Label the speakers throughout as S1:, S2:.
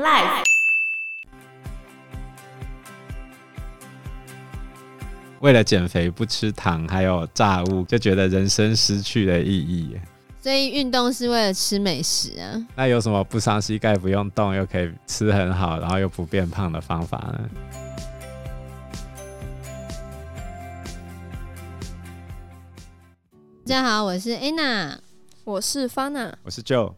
S1: Life。
S2: 为了减肥不吃糖还有炸物，就觉得人生失去了意义。
S3: 所以运动是为了吃美食啊。
S2: 那有什么不伤膝盖、不用动又可以吃很好，然后又不变胖的方法呢？
S3: 大家好，我是 Anna，
S4: 我是 Fana，
S2: 我是 Joe，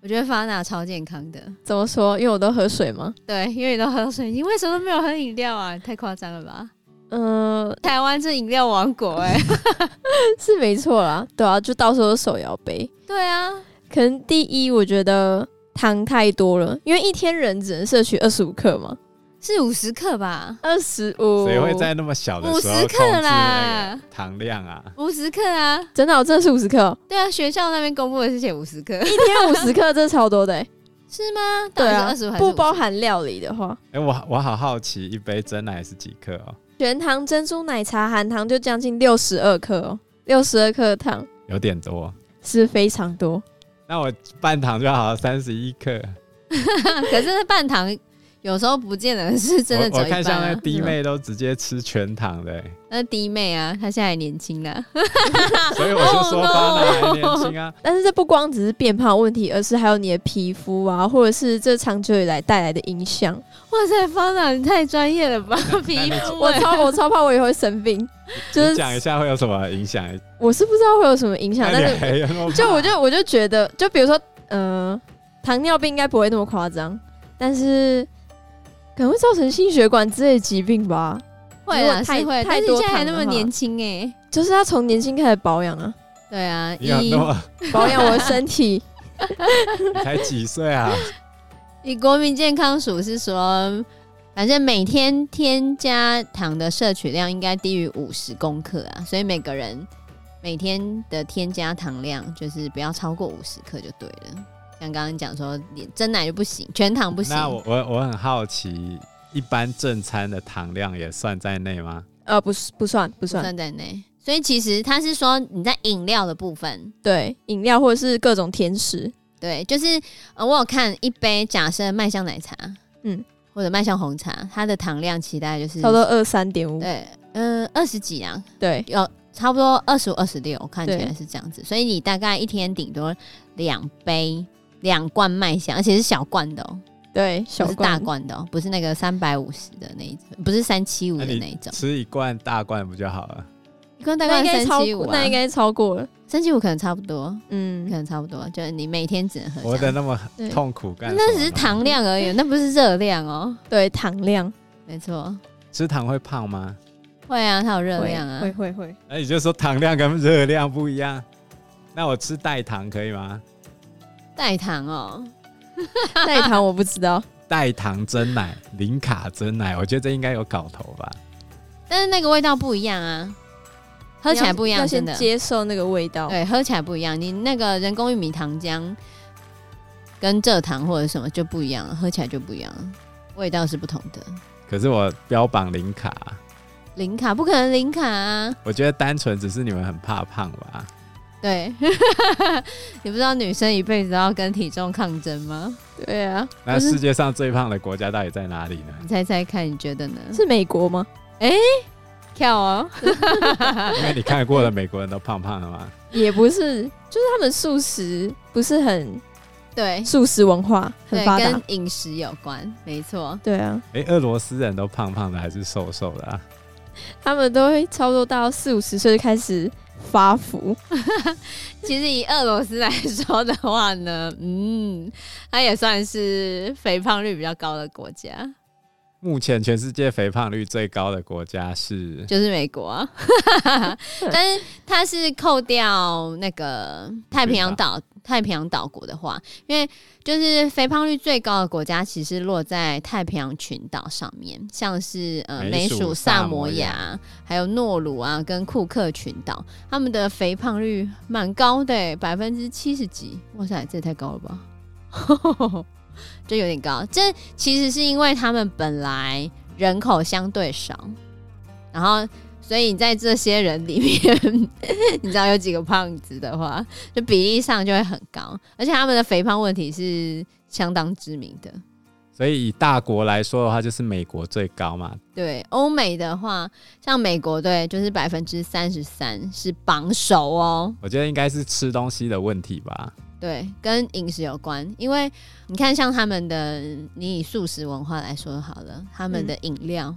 S3: 我觉得 Fana 超健康的。
S4: 怎么说？因为我都喝水吗？
S3: 对，因为你都喝水，你为什么都没有喝饮料啊？太夸张了吧！
S4: 嗯、
S3: 台湾是饮料王国哎、
S4: 是没错啦。对啊，就到时候手摇杯。
S3: 对啊，
S4: 可能第一，我觉得糖太多了，因为一天人只能摄取二十五克嘛，
S3: 是五十克吧？
S4: 二十五。
S2: 谁会在那么小的时候
S3: 50
S2: 控
S3: 克
S2: 制那
S3: 啦
S2: 个糖量啊？
S3: 五十克啊，
S4: 真的、哦？真的是五十克哦、
S3: 对啊，学校那边公布的是写五十克，
S4: 一天五十克，这超多的、欸。
S3: 是吗？
S4: 对
S3: 二
S4: 啊
S3: 十，
S4: 不包含料理的话，
S2: 哎、我我好好奇，一杯真奶是几克哦？
S4: 全糖珍珠奶茶含糖就将近六十二克哦、六十二克糖
S2: 有点多。
S4: 是非常多。
S2: 那我半糖就好了，三十一克。
S3: 啊可是那半糖有时候不见得是真的只
S2: 我
S3: 有
S2: 我
S3: 一
S2: 看
S3: 半、
S2: 像那
S3: 啊
S2: 个。弟妹都直接吃全糖的、欸
S3: 那弟妹啊，她现在还年轻啊，
S2: 所以我就说
S3: Oh no
S2: 巴奶还年轻啊。
S4: 但是这不光只是变胖的问题，而是还有你的皮肤啊，或者是这长久以来带来的影响。
S3: 哇塞，方导你太专业了吧，皮
S2: 那你
S3: 肤
S4: 我
S3: 欸
S4: 超我超怕我以后会生病，就
S2: 你
S4: 是
S2: 讲一下会有什么影响？
S4: 我是不知道会有什么影响，
S2: 那
S4: 但
S2: 你
S4: 是
S2: 还有那么
S4: 就
S2: 胖
S4: 我就我就觉得，就比如说，呃，糖尿病应该不会那么夸张，但是可能会造成心血管之类的疾病吧。
S3: 会
S4: 如果
S3: 啊，
S4: 太
S3: 是会，
S4: 太
S3: 但是
S4: 多
S3: 现在还
S4: 糖
S3: 那
S4: 的
S3: 么
S4: 话
S3: 年轻哎、欸，
S4: 就是要从年轻开始保 养啊，
S3: 对 啊，
S2: 你有
S3: 以
S2: 那么
S4: 保养我的身体。
S2: 你才几岁啊？
S3: 以国民健康署是说，反正每天添加糖的摄取量应该低于五十公克啊，所以每个人每天的添加糖量就是不要超过五十克就对了。像刚刚讲说，连真奶就不行，全糖不行。
S2: 那我我我很好奇，一般正餐的糖量也算在内吗？
S4: 呃，不是不算不
S3: 不
S4: 算，
S3: 算在内。所以其实他是说你在饮料的部分，
S4: 对，饮料或者是各种甜食，
S3: 对，就是呃，我有看一杯假设麦香奶茶，嗯
S4: 嗯，
S3: 或者麦香红茶，它的糖量期待就是
S4: 差不多二三点五，
S3: 嗯对，呃，二十几啊，
S4: 对，
S3: 有差不多二十五、二十六，看起来
S4: 对
S3: 是这样子。所以你大概一天顶多两杯、两罐麦香，而且是小罐的哦、
S4: 对，
S3: 不
S4: 小
S3: 是大
S4: 罐
S3: 罐的哦、不是那个三百五十的那一种，不是三七五
S2: 那
S3: 的
S2: 你
S3: 那一种，
S2: 吃一罐大罐不就好了？
S3: 一罐大
S4: 那
S3: 概
S4: 应该
S3: 三
S4: 超
S3: 七五
S4: 过，
S3: 啊
S4: 那，应该超过了。
S3: 三七五可能差不多，可
S4: 嗯，
S3: 能差不多，就是你每天只能喝
S2: 活
S3: 这
S2: 得
S3: 样。
S2: 那么
S4: 对
S2: 痛苦干什么呢？
S3: 那只是糖量而已，那不是热量哦、
S4: 对，糖量
S3: 没错，
S2: 吃糖会胖吗？
S3: 会啊，它有热
S4: 会
S3: 量啊
S4: 会。会 会，
S2: 那你就说糖量跟热量不一样。那我吃代糖可以吗？
S3: 代糖哦、
S4: 代糖我不知道，
S2: 代糖真奶、零卡真奶，我觉得这应该有搞头吧？
S3: 但是那个味道不一样啊，喝起来不一
S4: 要
S3: 样，真
S4: 先
S3: 的。
S4: 接哦受那个味道。
S3: 对，喝起来不一样。你那个人工玉米糖浆跟蔗糖或者什么就不一样了，喝起来就不一样了，味道是不同的。
S2: 可是我标榜零卡，
S3: 零卡不可能零卡啊！
S2: 我觉得单纯只是你们很怕胖吧？
S3: 对， 你不知道女生一辈子都要跟体重抗争吗？
S4: 对啊，
S2: 那世界上最胖的国家到底在哪里呢？
S3: 你猜猜看，你觉得呢？
S4: 是美国吗？
S3: 跳哦，
S2: 因为你看过了，美国人都胖胖的嘛。
S4: 也不是，就是他们素食不是很
S3: 对
S4: 素食文化很
S3: 哎对，
S4: 发达
S3: 跟。饮食有关，没错。
S4: 对啊，
S2: 诶，俄罗斯人都胖胖的还是瘦瘦的啊？
S4: 他们都会差不多到四五十岁就开始发福，
S3: 其实以俄罗斯来说的话呢， 嗯，它也算是肥胖率比较高的国家，
S2: 目前全世界肥胖率最高的国家是
S3: 就是美国、啊， 但是它是扣掉那个太平洋岛太平洋岛国的话，因为就是肥胖率最高的国家其实落在太平洋群岛上面，像是呃
S2: 美
S3: 美
S2: 属
S3: 属、
S2: 萨
S3: 萨
S2: 摩
S3: 摩
S2: 亚
S3: 亚、还有诺鲁啊跟库克群岛，他们的肥胖率蛮高的、欸百分之七十几，哇塞，这也太高了吧！ 就有点高。这其实是因为他们本来人口相对少，然后所以你在这些人里面， 你知道有几个胖子的话，就比例上就会很高，而且他们的肥胖问题是相当知名的。
S2: 所以以大国来说的话，就是美国最高嘛。
S3: 对，欧美的话，像美国队就是百分之三十三是榜首哦。
S2: 我觉得应该是吃东西的问题吧。
S3: 对，跟饮食有关，因为你看，像他们的，你以素食文化来说好了，他们的饮料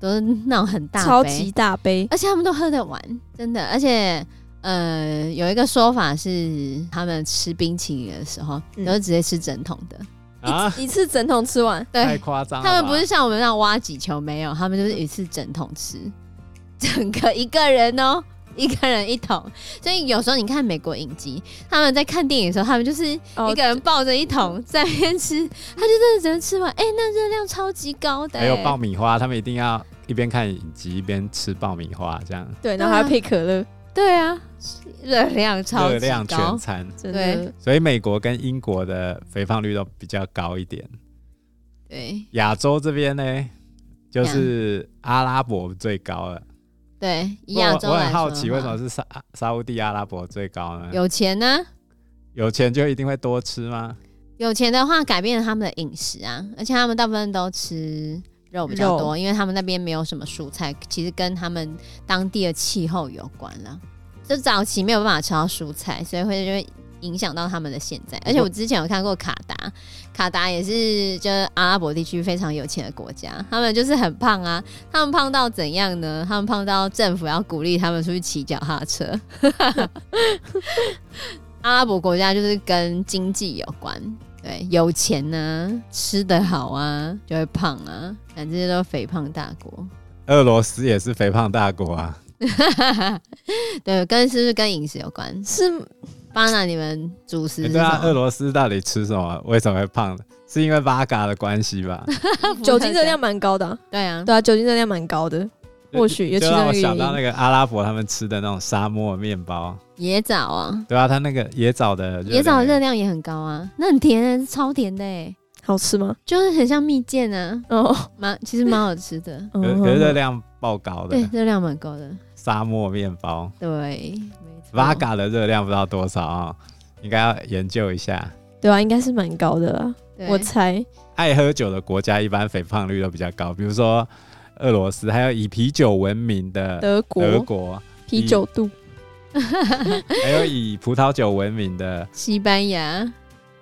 S3: 都是那种很大杯
S4: 嗯超级大杯，
S3: 而且他们都喝得完，真的。而且，呃，有一个说法是，他们吃冰淇淋的时候，
S4: 嗯
S3: 都是直接吃整桶的。
S2: 啊，
S4: 一次整桶吃完，
S2: 太
S3: 对，
S2: 夸张了吧。
S3: 哎他们不是像我们那样挖几球没有，他们就是一次整桶吃， 整个一个人哦、一个人一桶。所以有时候你看美国影集，他们在看电影的时候，他们就是
S4: 哦
S3: 一个人抱着一桶在那边吃，他就真的只能吃完。哎、那热量超级高的、
S2: 还有爆米花，他们一定要一边看影集一边吃爆米花，这样
S4: 对，然后
S3: 对啊
S4: 还要配可乐，
S3: 对啊，热量超
S2: 热
S3: 级
S2: 量全
S3: 高。
S2: 餐。
S4: 真
S3: 对
S4: 的
S2: 所以美国跟英国的肥胖率都比较高一点。
S3: 对
S2: 亚洲这边呢，就是阿拉伯最高了。
S3: 对，以
S2: 不过
S3: 嗯亚
S2: 我
S3: 洲
S2: 我
S3: 来
S2: 很
S3: 说
S2: 好奇，
S3: 的
S2: 为
S3: 话
S2: 什么是沙沙乌地阿拉伯最高呢？有
S3: 有钱呢、
S2: 有钱就一定会多吃吗？
S3: 有钱的话，改变了他们的饮食啊，而且他们大部分都吃肉比较多，因为他们那边没有什么蔬菜，其实跟他们当地的气候有关啦。就早期没有办法吃到蔬菜，所以会就会影响到他们的现在。而且我之前有看过卡达，卡达也是就是阿拉伯地区非常有钱的国家，他们就是很胖啊，他们胖到怎样呢？他们胖到政府要鼓励他们出去骑脚踏车。 阿拉伯国家就是跟经济有关，对，有钱啊，吃得好啊，就会胖啊，反正这些都是肥胖大国。
S2: 俄罗斯也是肥胖大国啊，
S3: 对，跟是不是跟饮食有关？
S4: 是
S3: 巴拿，你们主食
S2: 欸
S3: 是
S2: 对
S3: 什
S2: 啊，俄
S3: 么？
S2: 罗斯到底吃什么？为什么会胖？是因为八嘎的关系 吧？
S4: 酒精热量蛮高的啊、
S3: 对啊，
S4: 对啊，酒精热量蛮高的，或许也
S2: 就
S4: 其
S2: 啊
S4: 中
S2: 让我
S4: 一个
S2: 想到
S4: 原因。
S2: 那个阿拉伯他们吃的那种沙漠面包，
S3: 野枣啊，
S2: 对啊，他那个野枣的
S3: 野枣的热
S2: 量
S3: 量也很高啊，那很甜、欸，超甜的、欸，
S4: 好吃吗？
S3: 就是很像蜜饯啊，
S4: 哦，嗯
S3: 蛮其实蛮好吃 的，
S2: 也，可可是热量爆高
S3: 哦对
S2: 的，
S3: 热量蛮高的，
S2: 沙漠面包
S3: 对，没错。
S2: 八嘎的热量不知道多少啊、应该要研究一下。
S4: 对啊，应该是蛮高的啦，
S3: 对
S4: 我猜。
S2: 爱喝酒的国家一般肥胖率都比较高，比如说俄罗斯，还有以啤酒闻名的
S4: 德国
S2: 德国，
S4: 啤酒肚，
S2: 还有以葡萄酒闻名的
S3: 西班牙，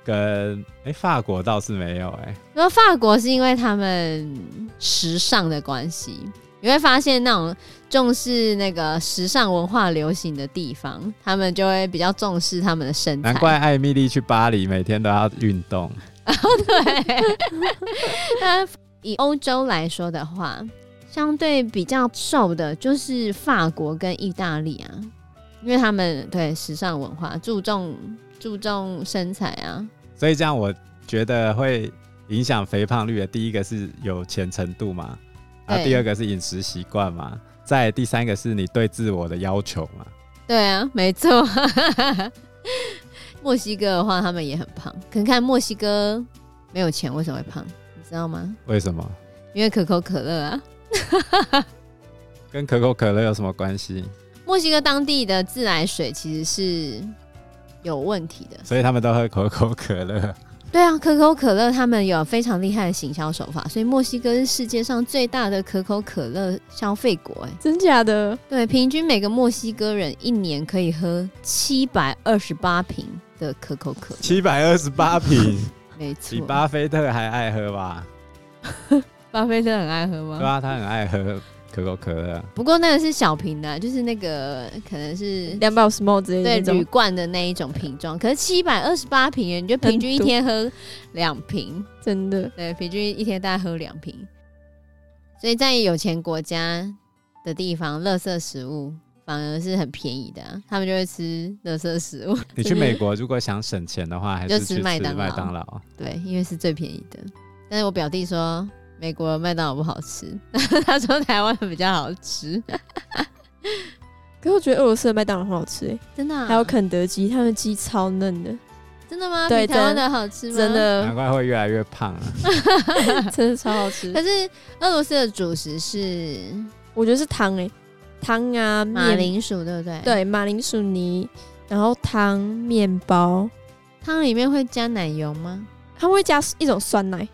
S2: 跟哎、法国倒是没有 哎、
S3: 然后法国是因为他们时尚的关系，你会发现那种重视那个时尚文化流行的地方，他们就会比较重视他们的身材。
S2: 难怪艾米丽去巴黎每天都要运动。
S3: 对。 那以欧洲来说的话，相对比较瘦的就是法国跟意大利啊，因为他们对时尚文化注重注重身材啊。
S2: 所以这样我觉得会影响肥胖率的第一个是有钱程度嘛，啊，
S3: 对
S2: 第二个是饮食习惯嘛，再第三个是你对自我的要求嘛。
S3: 对啊，没错。墨西哥的话，他们也很胖，可能看墨西哥没有钱，为什么会胖？你知道吗？
S2: 为什么？
S3: 因为可口可乐啊。
S2: 跟可口可乐有什么关系？
S3: 墨西哥当地的自来水其实是有问题的。
S2: 所以他们都喝可口可乐。
S3: 对啊，可口可乐他们有非常厉害的行销手法，所以墨西哥是世界上最大的可口可乐消费国、哎，
S4: 真假的？
S3: 对，平均每个墨西哥人一年可以喝七百二十八瓶的可口可乐。
S2: 七百二十八 瓶，
S3: 没
S2: 比
S3: 错，
S2: 巴菲特还爱喝吧？
S3: 巴菲特很爱喝吗
S2: 对啊，他很爱喝可口可乐。
S3: 不过那个是小瓶的啊、就是那个可能是
S4: 两百五十 ml 之类的
S3: 对
S4: 那
S3: 铝
S4: 种，
S3: 罐的那一种瓶装，可是七百二十八瓶耶，欸你就平均一天喝两瓶，
S4: 真的
S3: 对，平均一天大概喝两瓶。所以在有钱国家的地方，垃圾食物反而是很便宜的啊、他们就会吃垃圾食物，
S2: 你去美国如果想省钱的话，还是
S3: 就吃
S2: 去吃
S3: 麦
S2: 麦
S3: 当劳
S2: 当劳。
S3: 对，因为是最便宜的。但是我表弟说美国的麦当劳不好吃， 他说台湾的比较好吃，
S4: 可是我觉得俄罗斯的麦当劳很好吃诶、
S3: 真的、啊？
S4: 还有肯德基，他们的鸡超嫩的，
S3: 真的吗？
S4: 对
S3: 比台湾的好吃吗？
S4: 真
S2: 难
S4: 的
S2: 怪会越来越胖啊！
S4: 真的超好 吃
S3: 可。是俄罗斯的主食是
S4: 我觉得是汤诶、汤啊
S3: 马
S4: 面，
S3: 铃薯，对不对？，
S4: 对马铃薯泥，然后汤面包，
S3: 汤里面会加奶油吗？
S4: 他们会加一种酸奶，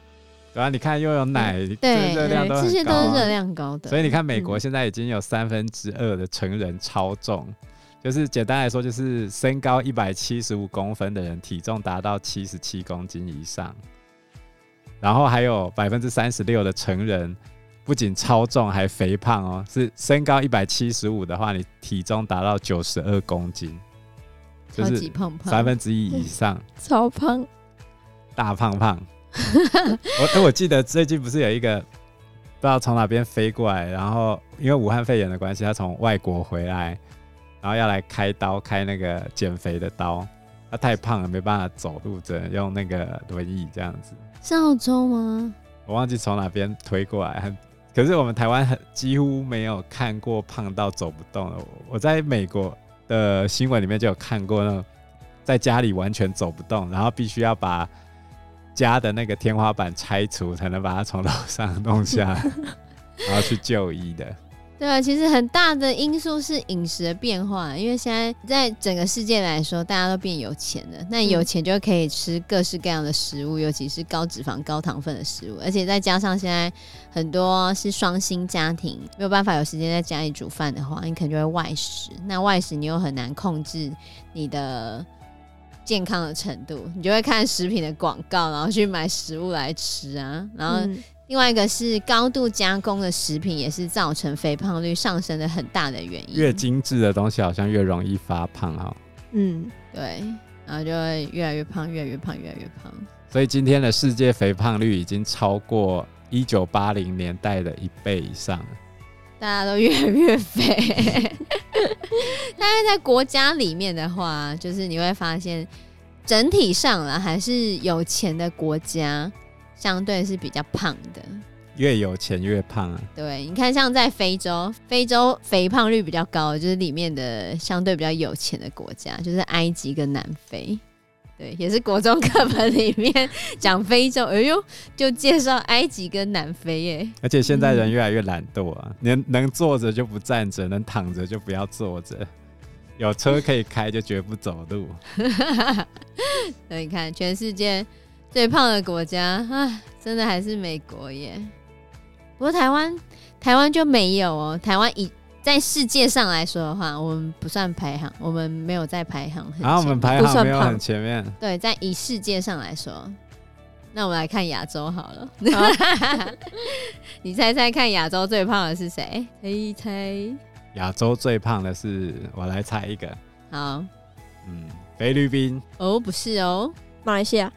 S2: 对啊，你看又有奶，
S3: 对，
S2: 热量都
S3: 这些
S2: 很高
S3: 都
S2: 啊
S3: 是热量高的。嗯
S2: 所以你看，美国现在已经有三分之二的成人超重，就是简单来说，就是身高一百七十五公分的人，体重达到七十七公斤以上。然后还有百分之三十六的成人不仅超重，还肥胖哦。是身高一百七十五的话，你体重达到九十二公斤，就
S3: 超级
S2: 是
S3: 胖胖，
S2: 三分之一以上。
S4: 超胖，
S2: 大胖胖。 我哎、我记得最近不是有一个不知道从哪边飞过来，然后因为武汉肺炎的关系，他从外国回来，然后要来开刀，开那个减肥的刀。他太胖了，没办法走路，只能用那个轮椅这样子。
S3: 是澳洲吗？
S2: 我忘记从哪边推过来，很可是我们台湾很几乎没有看过胖到走不动的。我我在美国的新闻里面就有看过那种在家里完全走不动，然后必须要把家的那个天花板拆除，才能把它从楼上弄下来，然后去就医的。
S3: 对啊，其实很大的因素是饮食的变化，因为现在在整个世界来说，大家都变有钱了，那有钱就可以吃各式各样的食物，尤其是高脂肪、高糖分的食物，而且再加上现在很多是双薪家庭，没有办法有时间在家里煮饭的话，你可能就会外食，那外食你又很难控制你的。健康的程度，你就会看食品的广告，然后去买食物来吃啊，然后
S4: 嗯
S3: 另外一个是高度加工的食品，也是造成肥胖率上升的很大的原因。
S2: 越精致的东西好像越容易发胖哈、
S4: 嗯，
S3: 对，然后就会越来越胖，越来越胖，越来越胖。
S2: 所以今天的世界肥胖率已经超过一九八零年代的一倍以上了。
S3: 大家都越来越肥。 但是在国家里面的话，就是你会发现，整体上啦，还是有钱的国家相对是比较胖的。
S2: 越有钱越胖啊！
S3: 对，你看，像在非洲，非洲肥胖率比较高，就是里面的相对比较有钱的国家，就是埃及跟南非。对，也是国中课本里面讲非洲，哎呦，就介绍埃及跟南非耶。
S2: 而且现在
S3: 嗯
S2: 人越来越懒惰啊，能能坐着就不站着，能躺着就不要坐着，有车可以开就绝不走 路。
S3: 所以你看，全世界最胖的国家，唉，真的还是美国耶。不过台湾，台湾就没有哦。台湾以在世界上来说的话，我们不算排行，我们没有在排行很前面。
S2: 然啊后我们排
S4: 不
S2: 行
S4: 算
S2: 没有
S4: 胖
S2: 很前面，
S3: 对，在以世界上来说，那我们来看亚洲好了。 你猜猜看，亚洲最胖的是谁？猜一猜。
S2: 亚洲最胖的是我来猜一个，
S3: 好，
S2: 嗯，菲律宾。
S3: 哦，不是哦，
S4: 马来西亚、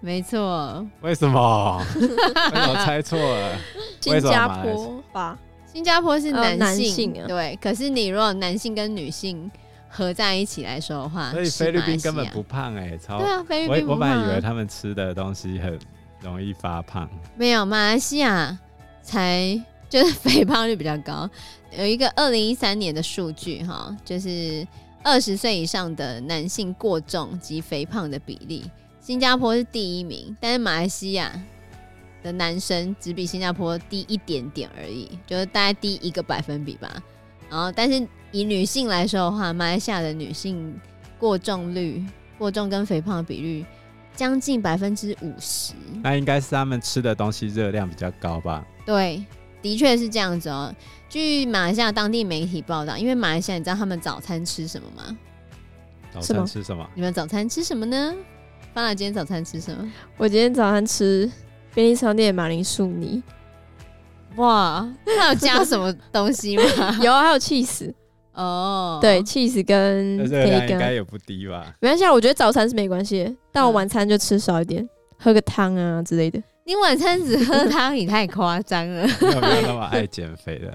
S3: 没错，
S2: 为什 么？为什么猜错了？
S4: 新加
S2: 为什
S4: 坡吧，
S3: 新加坡是
S4: 呃
S3: 男性，
S4: 男性啊
S3: 对。可是你如果男性跟女性合在一起来说的话，
S2: 所以
S3: 是
S2: 菲律
S3: 马来
S2: 宾
S3: 西
S2: 根本
S3: 亚
S2: 不胖哎、超。
S3: 对啊，菲律宾
S2: 我我
S3: 不
S2: 本
S3: 胖
S2: 来以为
S3: 啊
S2: 他们吃的东西很容易发胖，
S3: 没有，马来西亚才就是肥胖率比较高。 有一个二零一三年的数据哈，就是二十岁以上的男性过重及肥胖的比例，新加坡是第一名，但是马来西亚的男生只比新加坡低一点点而已，就是大概低一个百分比吧。然后，但是以女性来说的话，马来西亚的女性过重率、过重跟肥胖的比率将近百分之五十。
S2: 那应该是他们吃的东西热量比较高吧？
S3: 对，的确是这样子哦。据马来西亚当地媒体报道，因为马来西亚，你知道他们早餐吃什么吗？
S2: 早
S4: 什么
S2: 餐吃什么？
S3: 你们早餐吃什么呢？方老今天早餐吃什么？
S4: 我今天早上吃便利商店的马铃薯 泥，
S3: 哇，那有加什么东西吗？
S4: 有啊还有 cheese，
S3: 哦，
S4: 对，cheese 跟
S2: 那
S3: 嗯
S2: 热量应
S4: bacon
S2: 该。也不低吧？
S4: 没关系啊，我觉得早餐是没关系的，但我
S3: 嗯
S4: 晚餐就吃少一点，喝个汤啊之类的。
S3: 你晚餐只喝汤，你太夸张 了。
S2: 没有没有那么爱减肥 的，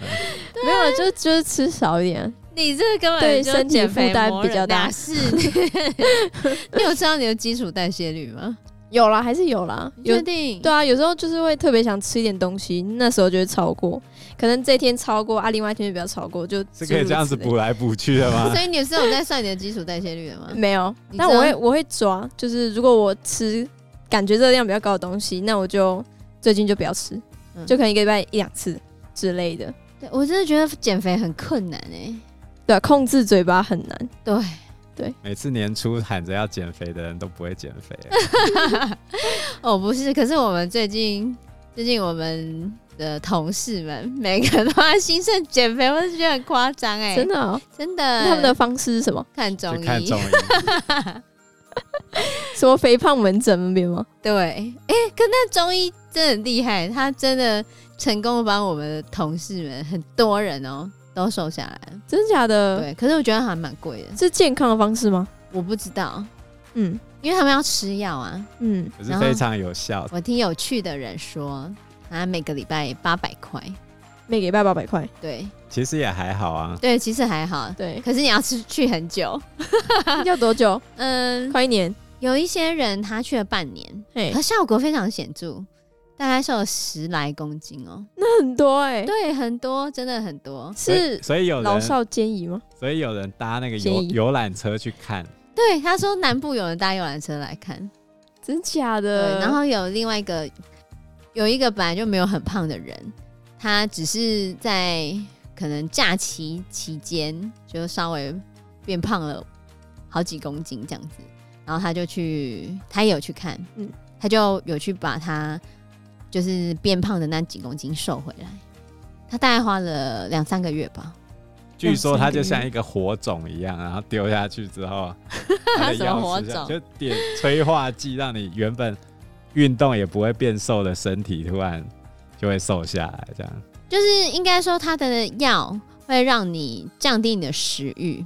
S4: 没有，啊，就就是吃少一点啊。
S3: 你这个根本
S4: 对
S3: 就
S4: 身体
S3: 减肥
S4: 负担
S3: 魔
S4: 比
S3: 人
S4: 较大
S3: 哪是， 你有知道你的基础代谢率吗？
S4: 有啦，还是有啦，有
S3: 确定？
S4: 对啊，有时候就是会特别想吃一点东西，那时候就会超过，可能这天超过啊，另外一天就比较超过，就是
S2: 可以这样子
S4: 诸如
S2: 补来补去的吗
S3: 所？以你是有在算你的基础代谢率的吗
S4: 此类？？没有
S3: 你，
S4: 但
S3: 知道
S4: 我会我会抓，就是如果我吃感觉热量比较高的东西，那我就最近就不要吃，
S3: 嗯
S4: 就可能一个礼拜一两次之类的。
S3: 对我真的觉得减肥很困难哎、
S4: 对啊、控制嘴巴很难。
S3: 对，
S2: 每次年初喊着要 减肥的人都不会减肥，
S3: 哦，不是，可是我们最近最近我们的同事们每个都在兴盛减肥，我是觉得很夸张哎，
S4: 真的哦、
S3: 真
S4: 那
S3: 的，
S4: 他们的方式是什么？
S3: 看中
S2: 去
S3: 医，
S2: 看中医，
S4: 什么肥胖门诊那边吗？
S3: 对，哎、可那中医真的很厉害，他真的成功帮我们的同事们很多人哦、都瘦下来了。
S4: 真的假的？
S3: 对，可是我觉得还蛮贵的，
S4: 是健康的方式吗？
S3: 我不知道，
S4: 嗯
S3: 因为他们要吃药啊。
S4: 嗯，
S2: 可是非常有 效。
S3: 我听有趣的人说，啊，每个礼拜八百块，
S4: 每个礼拜八百块。
S3: 对
S2: 其实也还好啊，
S3: 对，其实还好，
S4: 对，
S3: 可是你要吃去很久。
S4: 要多久？
S3: 嗯，
S4: 快一年。
S3: 有一些人他去了半年，
S4: 嘿
S3: 可，效果非常显著，大概瘦了十来公斤哦、
S4: 那很多哎、
S3: 对，很多，真的很多。
S2: 所
S4: 是
S2: 以所以有
S4: 老
S2: 人，
S4: 少皆宜吗？
S2: 所以有人搭那个游
S4: 便宜
S2: 游览车去看，
S3: 对，他说南部有人搭游览车来看，
S4: 真假的？
S3: 对，然后有另外一个，有一个本来就没有很胖的人，他只是在可能假期期间就稍微变胖了好几公斤这样子，然后他就去，他也有去看，嗯
S4: 嗯，
S3: 他就有去把他就是变胖的那几公斤瘦回来，他大概花了两三个月吧，
S2: 据说它
S4: 三个
S2: 就
S4: 月
S2: 像一个火种一样，然后丢下去之后，它的
S3: 什么
S2: 钥匙
S3: 火
S2: 像
S3: 种
S2: 就点催化剂，让你原本运动也不会变瘦的身体，突然就会瘦下来，这样
S3: 就是应该说它的药会让你降低你的食欲，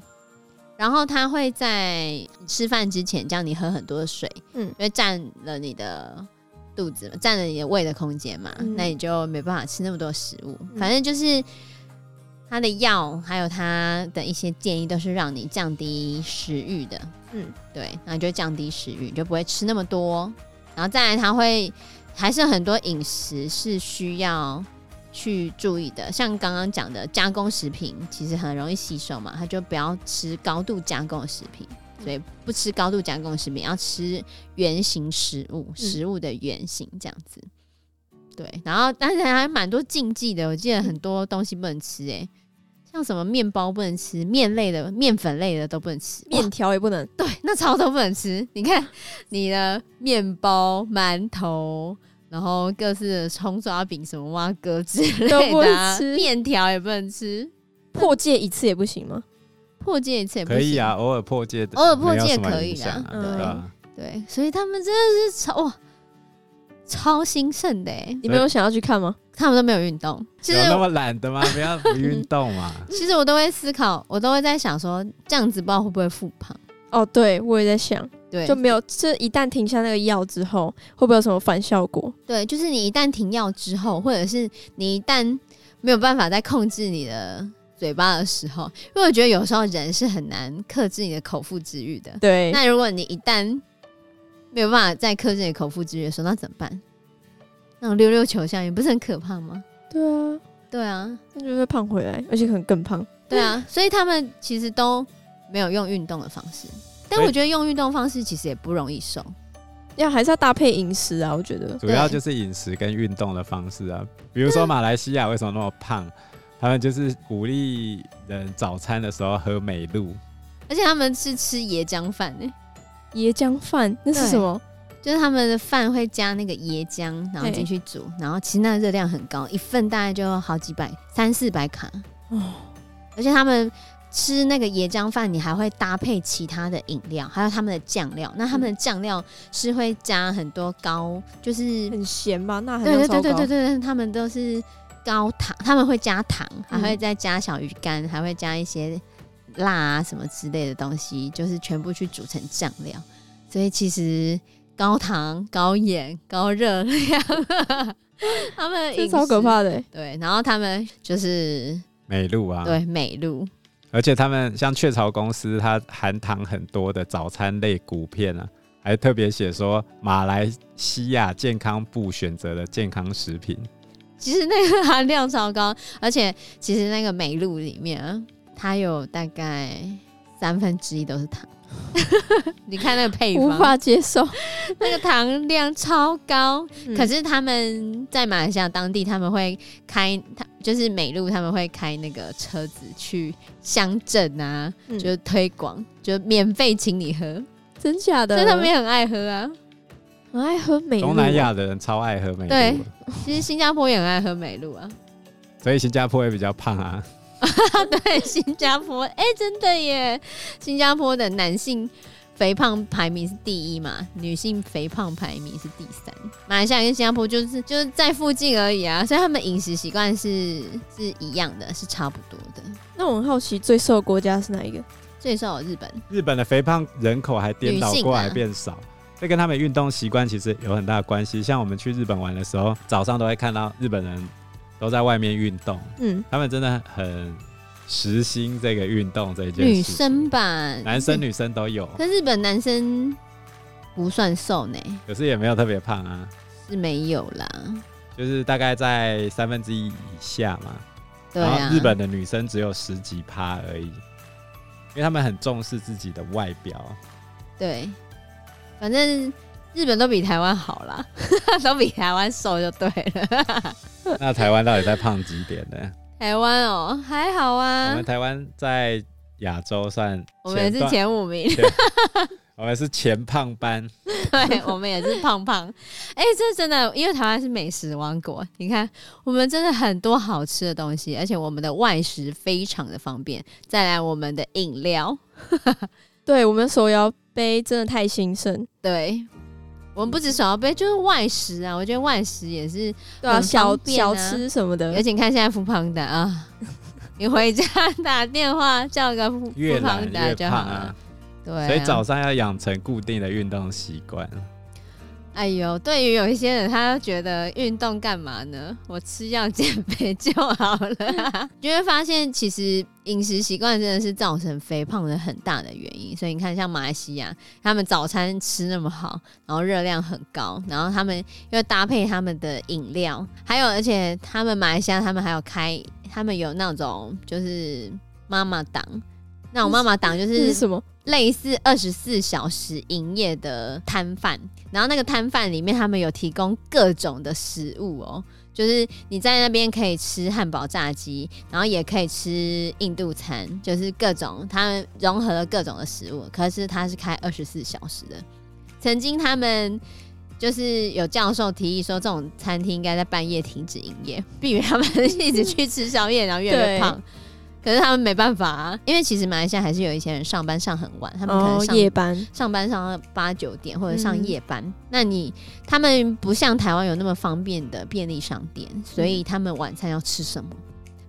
S3: 然后它会在吃饭之前叫你喝很多的水，
S4: 嗯
S3: 因为占了你的肚子嘛，占了你的胃的空间嘛，
S4: 嗯
S3: 那你就没办法吃那么多食物。
S4: 嗯
S3: 反正就是它的药还有它的一些建议都是让你降低食欲的，
S4: 嗯，
S3: 对，那你就降低食欲，你就不会吃那么多。然后再来，它会还是很多饮食是需要去注意的，像刚刚讲的加工食品，其实很容易吸收嘛，它就不要吃高度加工的食品。所以不吃高度加工的食品，要吃原型食物，食物的原型这样子。对，然后但是还蛮多禁忌的，我记得很多东西不能吃、欸，像什么面包不能吃，面类的、面粉类的都不能吃，哇
S4: 面条也不能，
S3: 对，那超都不能吃。你看你的面包、馒头，然后各式的葱抓饼、什么蛙哥之类
S4: 不
S3: 的
S4: 能
S3: 啊、
S4: 吃
S3: 面条也不能吃，
S4: 破戒一次也不行吗？
S3: 破戒一次也不
S2: 可
S3: 行。
S2: 以啊，，偶尔破戒，
S3: 偶尔破戒
S2: 没有什么
S3: 可以嗯
S2: 影响啊，
S4: 啦
S2: 对吧？
S3: 对，所以他们真的是超哇，超兴盛的欸
S4: 你们有想要去看吗？
S3: 他们都没有运动，其实
S2: 有那么懒的吗？不要不运动嘛，
S3: 其实我都会思考，我都会在想说，这样子不知道会不会复胖。
S4: 哦，对我也在想，
S3: 对，
S4: 就没有，这一旦停下那个药之后，会不会有什么反效果？
S3: 对，就是你一旦停药之后，或者是你一旦没有办法再控制你的嘴巴的时候，因为我觉得有时候人是很难克制你的口腹之欲的。
S4: 对，
S3: 那如果你一旦没有办法再克制你的口腹之欲的时候，那怎么办？那种溜溜球效应不是很可怕吗？
S4: 对啊，
S3: 对啊，
S4: 那就会胖回来，而且可能更胖。
S3: 对啊，
S2: 嗯
S3: 所以他们其实都没有用运动的方式，但
S2: 所以
S3: 我觉得用运动方式其实也不容易瘦。
S4: 要还是要搭配饮食啊，我觉得。
S2: 主要就是饮食跟运动的方式啊。比如说马来西亚为什么那么胖？他们就是鼓励人早餐的时候喝美露，
S3: 而且他们是吃椰浆饭欸诶、
S4: 椰浆饭那是什么？
S3: 就是他们的饭会加那个椰浆，然后进去煮，然后其实那个热量很高，一份大概就好几百、三四百卡。
S4: 哦，
S3: 嗯而且他们吃那个椰浆饭，你还会搭配其他的饮料，还有他们的酱料。那他们的酱料是会加很多高，就是
S4: 很咸吧？那含
S3: 对对
S4: 量
S3: 对
S4: 超
S3: 对
S4: 高
S3: 对对，。对他们都是高糖，他们会加糖，还
S4: 嗯
S3: 会再加小鱼干，还会加一些辣啊什么之类的东西，就是全部去煮成酱料。所以其实高糖、高盐、高热量，他们
S4: 这
S3: 饮
S4: 超可
S3: 食。
S4: 怕的欸，
S3: 对，然后他们就是、
S2: 美露啊，
S3: 对美露，
S2: 而且他们像雀巢公司，它含糖很多的早餐类谷片啊，还特别写说马来西亚健康部选择的健康食品，
S3: 其实那个含量超高，而且其实那个美露里面啊，它有大概三分之一都是糖。 你看那个配
S4: 无
S3: 方，
S4: 法接受。
S3: 那个糖量超高，可
S4: 嗯
S3: 是他们在马来西亚当地，他们会开，他就是美露，他们会开那个车子去乡镇啊，
S4: 嗯
S3: 就是推广，就免费请你喝，
S4: 真假的，
S3: 所以他们也很爱喝啊。
S4: 很爱喝美露。
S2: 东南亚的人超爱喝美
S3: 对
S2: 露的，
S3: 其实新加坡也很爱喝美露啊，
S2: 所以新加坡也比较胖啊。
S3: 对， 新加坡，哎、真的耶，新加坡的男性肥胖排名是第一嘛，女性肥胖排名是第三。马来西亚跟新加坡就是就是在附近而已啊，所以他们饮食习惯是是一样的，是差不多的。
S4: 那我很好奇，最瘦的国家是哪一个？
S3: 最瘦的日本，
S2: 日本的肥胖人口还颠倒
S3: 女性啊
S2: 过来变少，这跟他们运动习惯其实有很大的关系。像我们去日本玩的时候，早上都会看到日本人都在外面运动，
S4: 嗯，
S2: 他们真的很实心这个运动这一件事。
S3: 女，生吧，
S2: 男生、女生都有，
S3: 可日本男生不算瘦呢，
S2: 可是也没有特别胖啊，
S3: 是没有啦。
S2: 就是大概在三分之一以下嘛。
S3: 对
S2: 然
S3: 啊，
S2: 后日本的女生只有十几趴而已，因为他们很重视自己的外表。
S3: 对，反正日本都比台湾好啦， 都比台湾瘦就对了。
S2: 那台湾到底在胖几点呢？
S3: 台湾哦，还好
S2: 我
S3: 啊
S2: 们，台湾在亚洲算
S3: 我们也是
S2: 段
S3: 前五名，
S2: 我们是前胖班，
S3: 对，我们也是胖胖。哎、这真的，因为台湾是美食王国，你看我们真的很多好吃的东西，而且我们的外食非常的方便。再来，我们的饮料，
S4: 对，我们手摇杯真的太兴盛。
S3: 对。我们不止手摇杯，就是外食啊！我觉得外食也是
S4: 对啊，
S3: 很
S4: 小
S3: 方便
S4: 小
S3: 啊
S4: 吃什么
S3: 而
S4: 的，
S3: 且你看现在富胖 达啊，你回家打电话叫个富
S2: 越
S3: 富
S2: 懒
S3: 胖达
S2: 越
S3: 就
S2: 胖
S3: 好
S2: 啊
S3: 了。。对、啊，
S2: 所以早上要养成固定的运动习惯。
S3: 哎呦，对于有一些人，他觉得运动干嘛呢？我吃药减肥就好了。你就会发现，其实饮食习惯真的是造成肥胖的很大的原因。所以你看，像马来西亚，他们早餐吃那么好，然后热量很高，然后他们又搭配他们的饮料，还有而且他们马来西亚他们还有开，他们有那种就是妈妈档，那种妈妈档就
S4: 这
S3: 是
S4: 是什么？
S3: 类似二十四小时营业的摊贩，然后那个摊贩里面他们有提供各种的食物哦，就是你在那边可以吃汉堡、炸鸡，然后也可以吃印度餐，就是各种他们融合了各种的食物，可是它是开二十四小时的。曾经他们就是有教授提议说，这种餐厅应该在半夜停止营业，避免他们一直去吃宵夜，然后越来越
S4: 对
S3: 胖。可是他们没办法、啊，因为其实马来西亚还是有一些人上班上很晚，他们可能
S4: 哦，
S3: 上、
S4: 夜班。
S3: 上班上到八九点或者上
S4: 嗯
S3: 夜班，那你他们不像台湾有那么方便的便利商店，所以他们晚餐要吃什 么？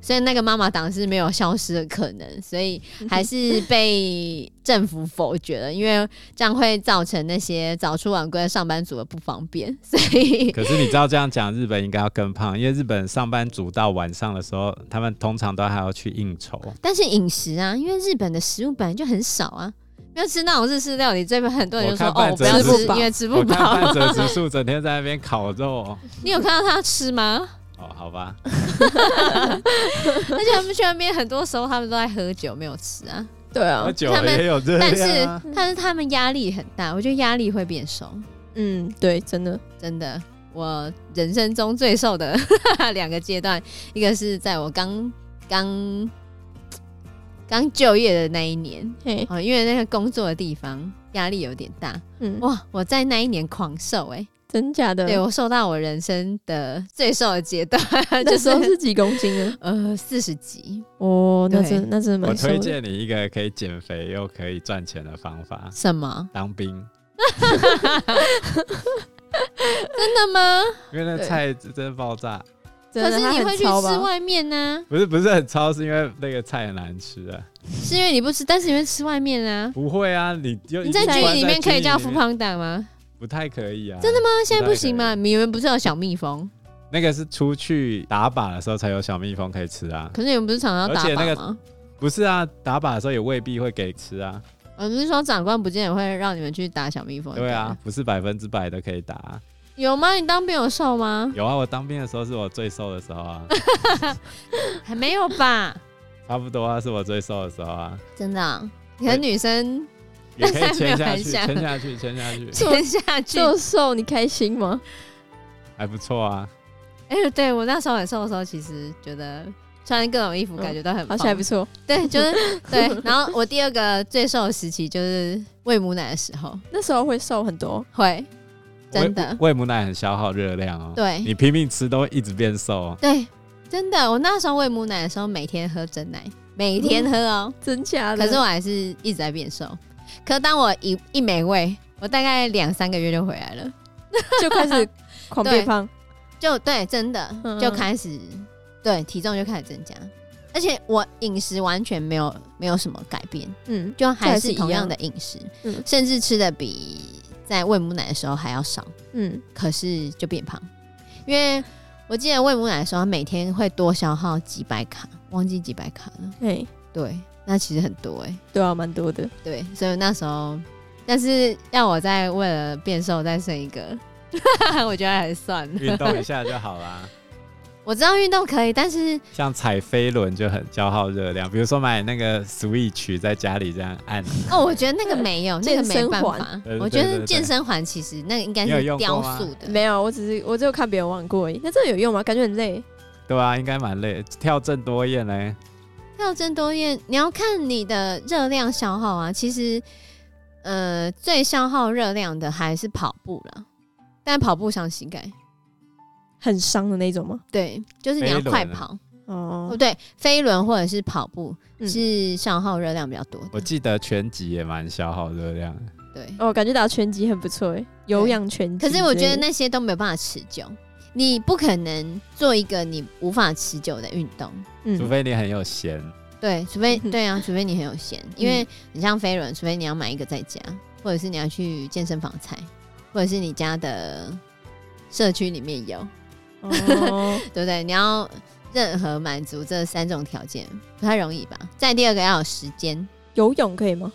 S3: 所以那个妈妈档是没有消失的可能，所以还是被政府否决了，因为这样会造成那些早出晚归的上班族的不方便。所以
S2: 可是你知道这样讲，日本应该要更胖，因为日本上班族到晚上的时候，他们通常都还要去应酬。
S3: 但是饮食啊，因为日本的食物本来就很少啊，要吃那种日式料理，这边很多人就说
S2: 我看半
S3: 哦，我不要
S4: 折
S3: 吃
S4: 是，
S3: 因为吃不
S2: 我看半
S3: 饱。
S2: 泽直树整天在那边烤肉，
S3: 你有看到他吃吗？
S2: 哦，好吧，
S3: 而且他们去那边很多时候他们都在喝酒，没有吃啊。
S4: 对啊
S2: 喝，酒
S3: 他们
S2: 也有热
S3: 但
S2: 量、
S3: 是
S2: 啊。
S3: 但是他们压力很大，我觉得压力会变瘦，
S4: 嗯，对，真的。
S3: 真的。我人生中最瘦的 两个阶段，一个是在我刚刚刚就业的那一年
S4: 嘿，
S3: 哦，因为那个工作的地方压力有点大，
S4: 嗯，
S3: 哇！我在那一年狂瘦哎、
S4: 真假的？
S3: 对我瘦到我人生的最瘦的阶段，就
S4: 那时候
S3: 是
S4: 是几公斤 啊？
S3: 呃四十几，
S4: 哦，那
S3: 对
S4: 真那真的
S2: 我
S4: 蛮瘦的。
S2: 推荐你一个可以减肥又可以赚钱的方法，
S3: 什么？
S2: 当兵。
S3: 真的吗？
S2: 因为那
S4: 对
S2: 菜真的爆炸，
S4: 真
S3: 可
S4: 的，
S3: 是
S4: 它
S3: 你
S4: 很
S3: 会去
S4: 超吧
S3: 吃外面啊呢、
S2: 不是不是很超，是因为那个菜很难吃啊。
S3: 是因为你不吃，但是你会吃外面啊。
S2: 不会啊，你就
S3: 你在
S2: 一直
S3: 军
S2: 关
S3: 营里面可以叫
S2: 军
S3: 富
S2: 营里面
S3: 胖达吗？
S2: 不太可以啊。
S3: 真的吗？现在不行
S2: 不太
S3: 吗？你们不是有小蜜蜂？
S2: 那个是出去打靶的时候才有小蜜蜂可以吃啊，
S3: 可是你们不是常常打
S2: 而且那
S3: 靶
S2: 个
S3: 吗？
S2: 不是啊，打靶的时候也未必会给吃啊。
S3: 我们是说长官不见得会让你们去打小蜜蜂。
S2: 对啊，，不是百分之百的可以打、啊。
S3: 有吗？你当兵有瘦吗？
S2: 有啊，我当兵的时候是我最瘦的时候 啊，
S3: 还没有吧？
S2: 差不多啊，是我最瘦的时候啊，
S3: 真的啊、你和女生
S2: 也可以签下
S3: 还
S2: 去，
S3: 想
S2: 签下去，签下 去，
S3: 签下去。
S4: 这么瘦，你开心吗？
S2: 还不错啊。
S3: 哎、对我那时候很瘦的时候，其实觉得穿各种衣服
S4: 嗯
S3: 感觉到很
S4: 好
S3: 胖。
S4: 像还不错。
S3: 对， 就是对。然后我第二个最瘦的时期就是喂母奶的时候，
S4: 那时候会瘦很多，
S3: 会真的
S2: 喂喂母奶很消耗热量哦。
S3: 对
S2: 你拼命吃都会一直变瘦哦。
S3: 对，真的，我那时候喂母奶的时候，每天喝真奶，每天喝哦、
S4: 真假的？
S3: 可是我还是一直在变瘦。可当我一一没喂，我大概两三个月就回来了，
S4: 就 开始狂
S3: 对
S4: 变胖，
S3: 就对，真的
S4: 嗯
S3: 就开始、对体重就开始增加，而且我饮食完全没有没有什么改变，
S4: 嗯，
S3: 就还
S4: 还是
S3: 是
S4: 一
S3: 同样
S4: 样
S3: 的饮食，
S4: 嗯
S3: 甚至吃的比在喂母奶的时候还要少，
S4: 嗯，
S3: 可是就变胖，因为我记得喂母奶的时候每天会多消耗几百卡，忘记几百卡了，
S4: 哎，
S3: 对，那其实很多哎、
S4: 对啊，蛮多的，
S3: 对，所以那时候，但是要我再为了变瘦再生一 个，我觉得还是算了。
S2: 运动一下就好啦，
S3: 我知道运动可以，但是
S2: 像踩飞轮就很消耗热量，比如说买那个 Switch 在家里这样按，
S3: 哦，我觉得那个没有，那个
S4: 健
S3: 没
S4: 身
S3: 办
S4: 环
S3: 法
S2: 对。对
S3: 我觉
S2: 对
S3: 得
S2: 对
S3: 健身环其实那个应该
S2: 你有
S3: 是
S2: 用过
S3: 雕
S2: 吗
S3: 塑的，
S4: 没有，我只是我只有看别人玩过而已。那这个有用吗？感觉很累，
S2: 对啊，应该蛮累。跳郑多燕嘞，
S3: 跳针多燕，你要看你的热量消耗啊。其实，呃，最消耗热量的还是跑步啦，但跑步伤膝盖。
S4: 很伤的那种吗？
S3: 对，就是你要
S2: 飞轮
S3: 快
S2: 啊
S3: 跑，哦，
S4: 哦，
S3: 对，飞轮或者是跑步
S4: 嗯
S3: 是消耗热量比较多的。
S2: 我记得拳击也蛮消耗热量的，
S3: 对，
S4: 哦，感觉打拳击很不错哎，有氧拳击
S3: 可
S4: 之类的。
S3: 是我觉得那些都没有办法持久，你不可能做一个你无法持久的运动。
S2: 除
S4: 嗯，
S2: 非你很有闲，
S3: 对，除非
S4: 嗯哼嗯
S3: 对啊，除非你很有闲，因为你像飞轮，除非你要买一个在家，或者是你要去健身房踩，或者是你家的社区里面有，
S4: 哦，
S3: 对不对？你要任何满足这三种条件不太容易吧？再第二个要有时间。
S4: 游泳可以吗？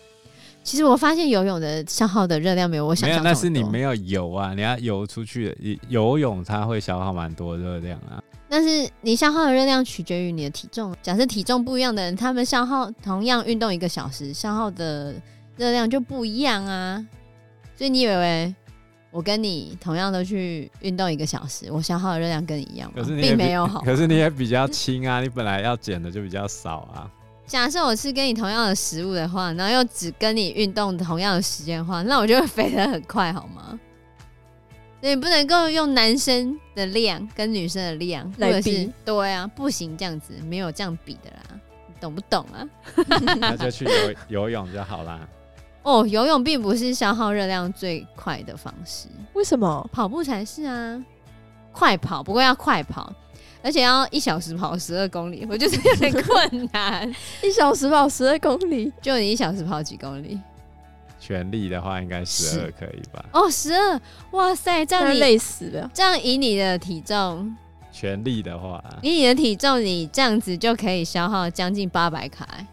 S3: 其实我发现游泳的消耗的热量没有我想
S2: 没有，
S3: 象中的
S2: 那
S3: 多。
S2: 是你没有游啊，你要游出去，你游泳它会消耗蛮多热量啊。
S3: 但是你消耗的热量取决于你的体重。假设体重不一样的人，他们消耗同样运动一个小时，消耗的热量就不一样啊。所以你以为我跟你同样都去运动一个小时，我消耗的热量跟你一样吗
S2: 可是？你也
S3: 并
S2: 比
S3: 没有好。
S2: 可是你也比较轻啊，你本来要减的就比较少 啊。
S3: 假设我吃跟你同样的食物的话，然后又只跟你运动同样的时间的话，那我就会肥得很快，好吗？ 所以不能够用男生的量跟女生的量
S4: 来
S3: 或者
S4: 比
S3: 是对啊，不行，这样子没有这样比的啦，你懂不懂啊？
S2: 那就去游游泳就好啦。
S3: 哦，游泳并不是消耗热量最快的方式，
S4: 为什么？
S3: 跑步才是啊，快跑，不过要快跑，而且要一小时跑十二公里，我觉得有点困难。
S4: 一小时跑十二公里，
S3: 就你一小时跑几公里？
S2: 全力的话应该十二可以吧？
S3: 哦，十二，哇塞，这
S4: 那
S3: 样你
S4: 累死了。
S3: 这样以你的体重，
S2: 全力的话，
S3: 以你的体重，你这样子就可以消耗将近八百卡、欸，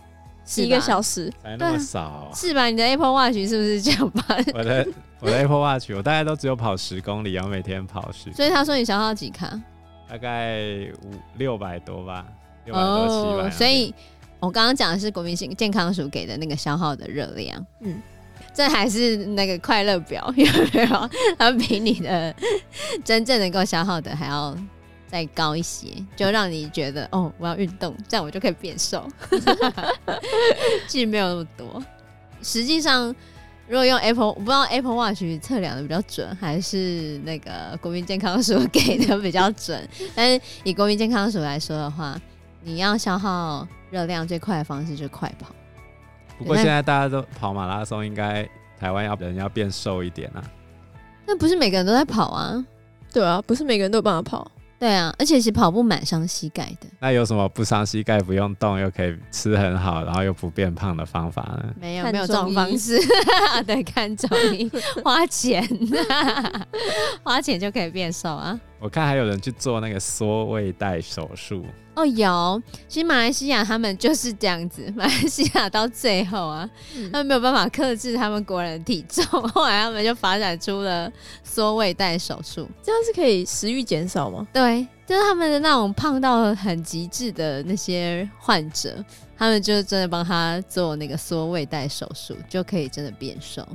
S3: 是
S4: 一个
S3: 吧
S4: 小时，
S2: 才那么少啊、
S3: 是吧？你的 Apple Watch 是不是这样吧？
S2: 我的我的 Apple Watch 我大概都只有跑十公里，然后每天跑十，
S3: 所以他说你消耗几卡？
S2: 大概五六百多吧，六百多七百、700
S3: 哦
S2: 啊
S3: 所以我刚刚讲的是国民性健康署给的那个消耗的热量，嗯
S4: 嗯。
S3: 这还是那个快乐表有没有？它比你的呃真正能够消耗的还要再高一些，就让你觉得哦，我要运动，这样我就可以变瘦。 其实没有那么多，实际上如果用 Apple，我不知道 Apple Watch 测量的比较准，还是那个国民健康署 给的比较准。但是以国民健康署来说的话，你要消耗热量最快的方式就是快跑。
S2: 不过现在大家都跑马拉松，应该台湾要人要变瘦一点啊。
S3: 那不是每个人都在跑啊，
S4: 对啊，不是每个人都有办法跑。
S3: 对啊，而且其实跑步蛮伤膝盖的。
S2: 那有什么不伤膝盖、不用动又可以吃很好，然后又不变胖的方法呢？
S3: 没有
S4: 看
S3: 没有这种
S4: 中医
S3: 方式， 对，看中医花 钱，花钱就可以变瘦啊。
S2: 我看还有人去做那个缩胃带手术，
S3: 哦，有，其实马来西亚他们就是这样子， 马来西亚到最后啊，
S4: 嗯
S3: 他们没有办法克制他们国人的体重， 后来他们就发展出了缩胃带手术。
S4: 这样是可以食欲减少吗？
S3: 对，就是他们的那种胖到很极致的那些患者，他们就真的帮他做那个缩胃带手术，就可以真的变瘦，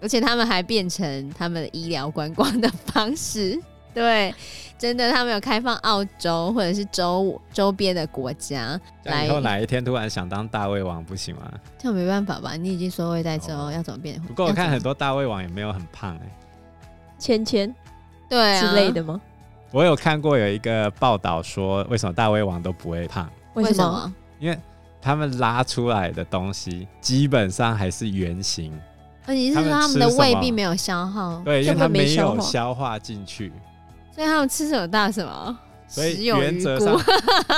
S3: 而且他们还变成他们的医疗观光的方式。 对，真的，他们有开放澳洲或者是周周边的国家
S2: 这样
S3: 来
S2: 以，后哪一天突然想当大胃王不行吗？
S3: 这样没办法吧？你已经缩胃带之后、要怎么变？
S2: 哦不过我
S3: 要怎
S2: 看
S3: 么
S2: 很多大胃王也没有很胖哎、
S4: 芊芊
S3: 对啊
S4: 之类的吗？
S2: 我有看过有一个报道说，为什么大胃王都不会胖，
S3: 为
S4: 什
S3: 什？么？
S2: 因为他们拉出来的东西基本上还是圆形，
S3: 而且是说他们的胃并没有消耗，
S2: 对，因为
S4: 根
S2: 它
S4: 本没
S2: 没
S4: 消
S2: 有
S4: 化
S2: 消化进去，
S3: 所以他们吃什么大什么，
S2: 所
S3: 食
S2: 以
S3: 有
S2: 原
S3: 余
S2: 则
S3: 辜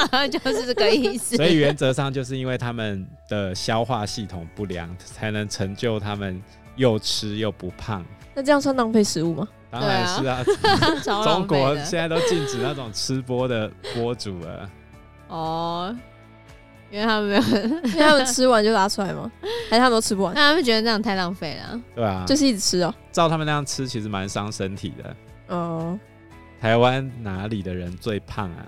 S2: 上，
S3: 就是这个意思。
S2: 所以原则上就是因为他们的消化系统不良，才能成就他们又吃又不胖。
S4: 那这样算浪费食物吗？
S2: 当然是啊，
S3: 超浪
S2: 中
S3: 费
S2: 国
S3: 的
S2: 现在都禁止那种吃播的播主了。
S3: 哦，因为他们没有，
S4: 因为 他们吃完就拉出来吗？还是他们都吃不完？
S3: 那他们觉得这样太浪费了。
S2: 对啊，
S4: 就是一直吃哦。
S2: 照他们那样吃，其实蛮伤身体的。
S4: 哦，
S2: 台湾哪里的人最胖啊？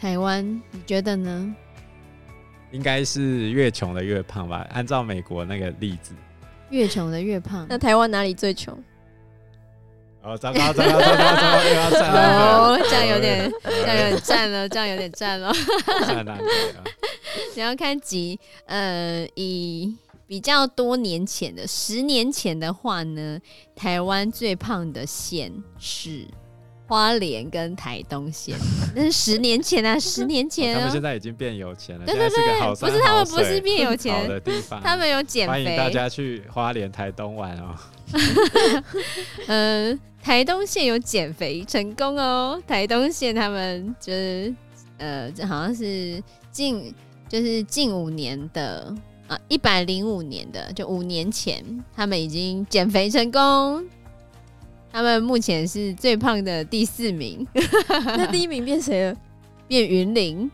S3: 台湾，你觉得呢？
S2: 应该是越穷的越胖吧？按照美国那个例子。
S3: 越穷的越胖。
S4: 那台湾哪里最穷？
S2: 哦，糟糕，糟糕，糟糕，糟糕，又要站了。
S3: 哦，这样有点，这样有点占了，这样有点占了。
S2: 站南北 了。啊
S3: 你要看几呃，以比较多年前的，十年前的话呢，台湾最胖的县是花莲跟台东 县，那是十年前啊，十年前
S2: 他们
S3: 啊
S2: 现，在已经变有钱了，
S3: 对
S2: 哦现
S3: 对
S2: 在是个
S3: 对，
S2: 好
S3: 不
S2: 山
S3: 是他们
S2: 好
S3: 不是
S2: 水
S3: 变 有
S2: 好
S3: 钱，
S2: 的地方。
S3: 他们有减
S2: 欢迎大
S3: 肥，
S2: 家去花莲、台东玩哦。
S3: 呃，台东县有减肥成功哦，台东县他们就是呃，这好像是近就是近五年的啊，一百零五年的，就五年前他们已经减肥成功，他们目前是最胖的第四名，
S4: 那第一名变谁了？
S3: 变云林，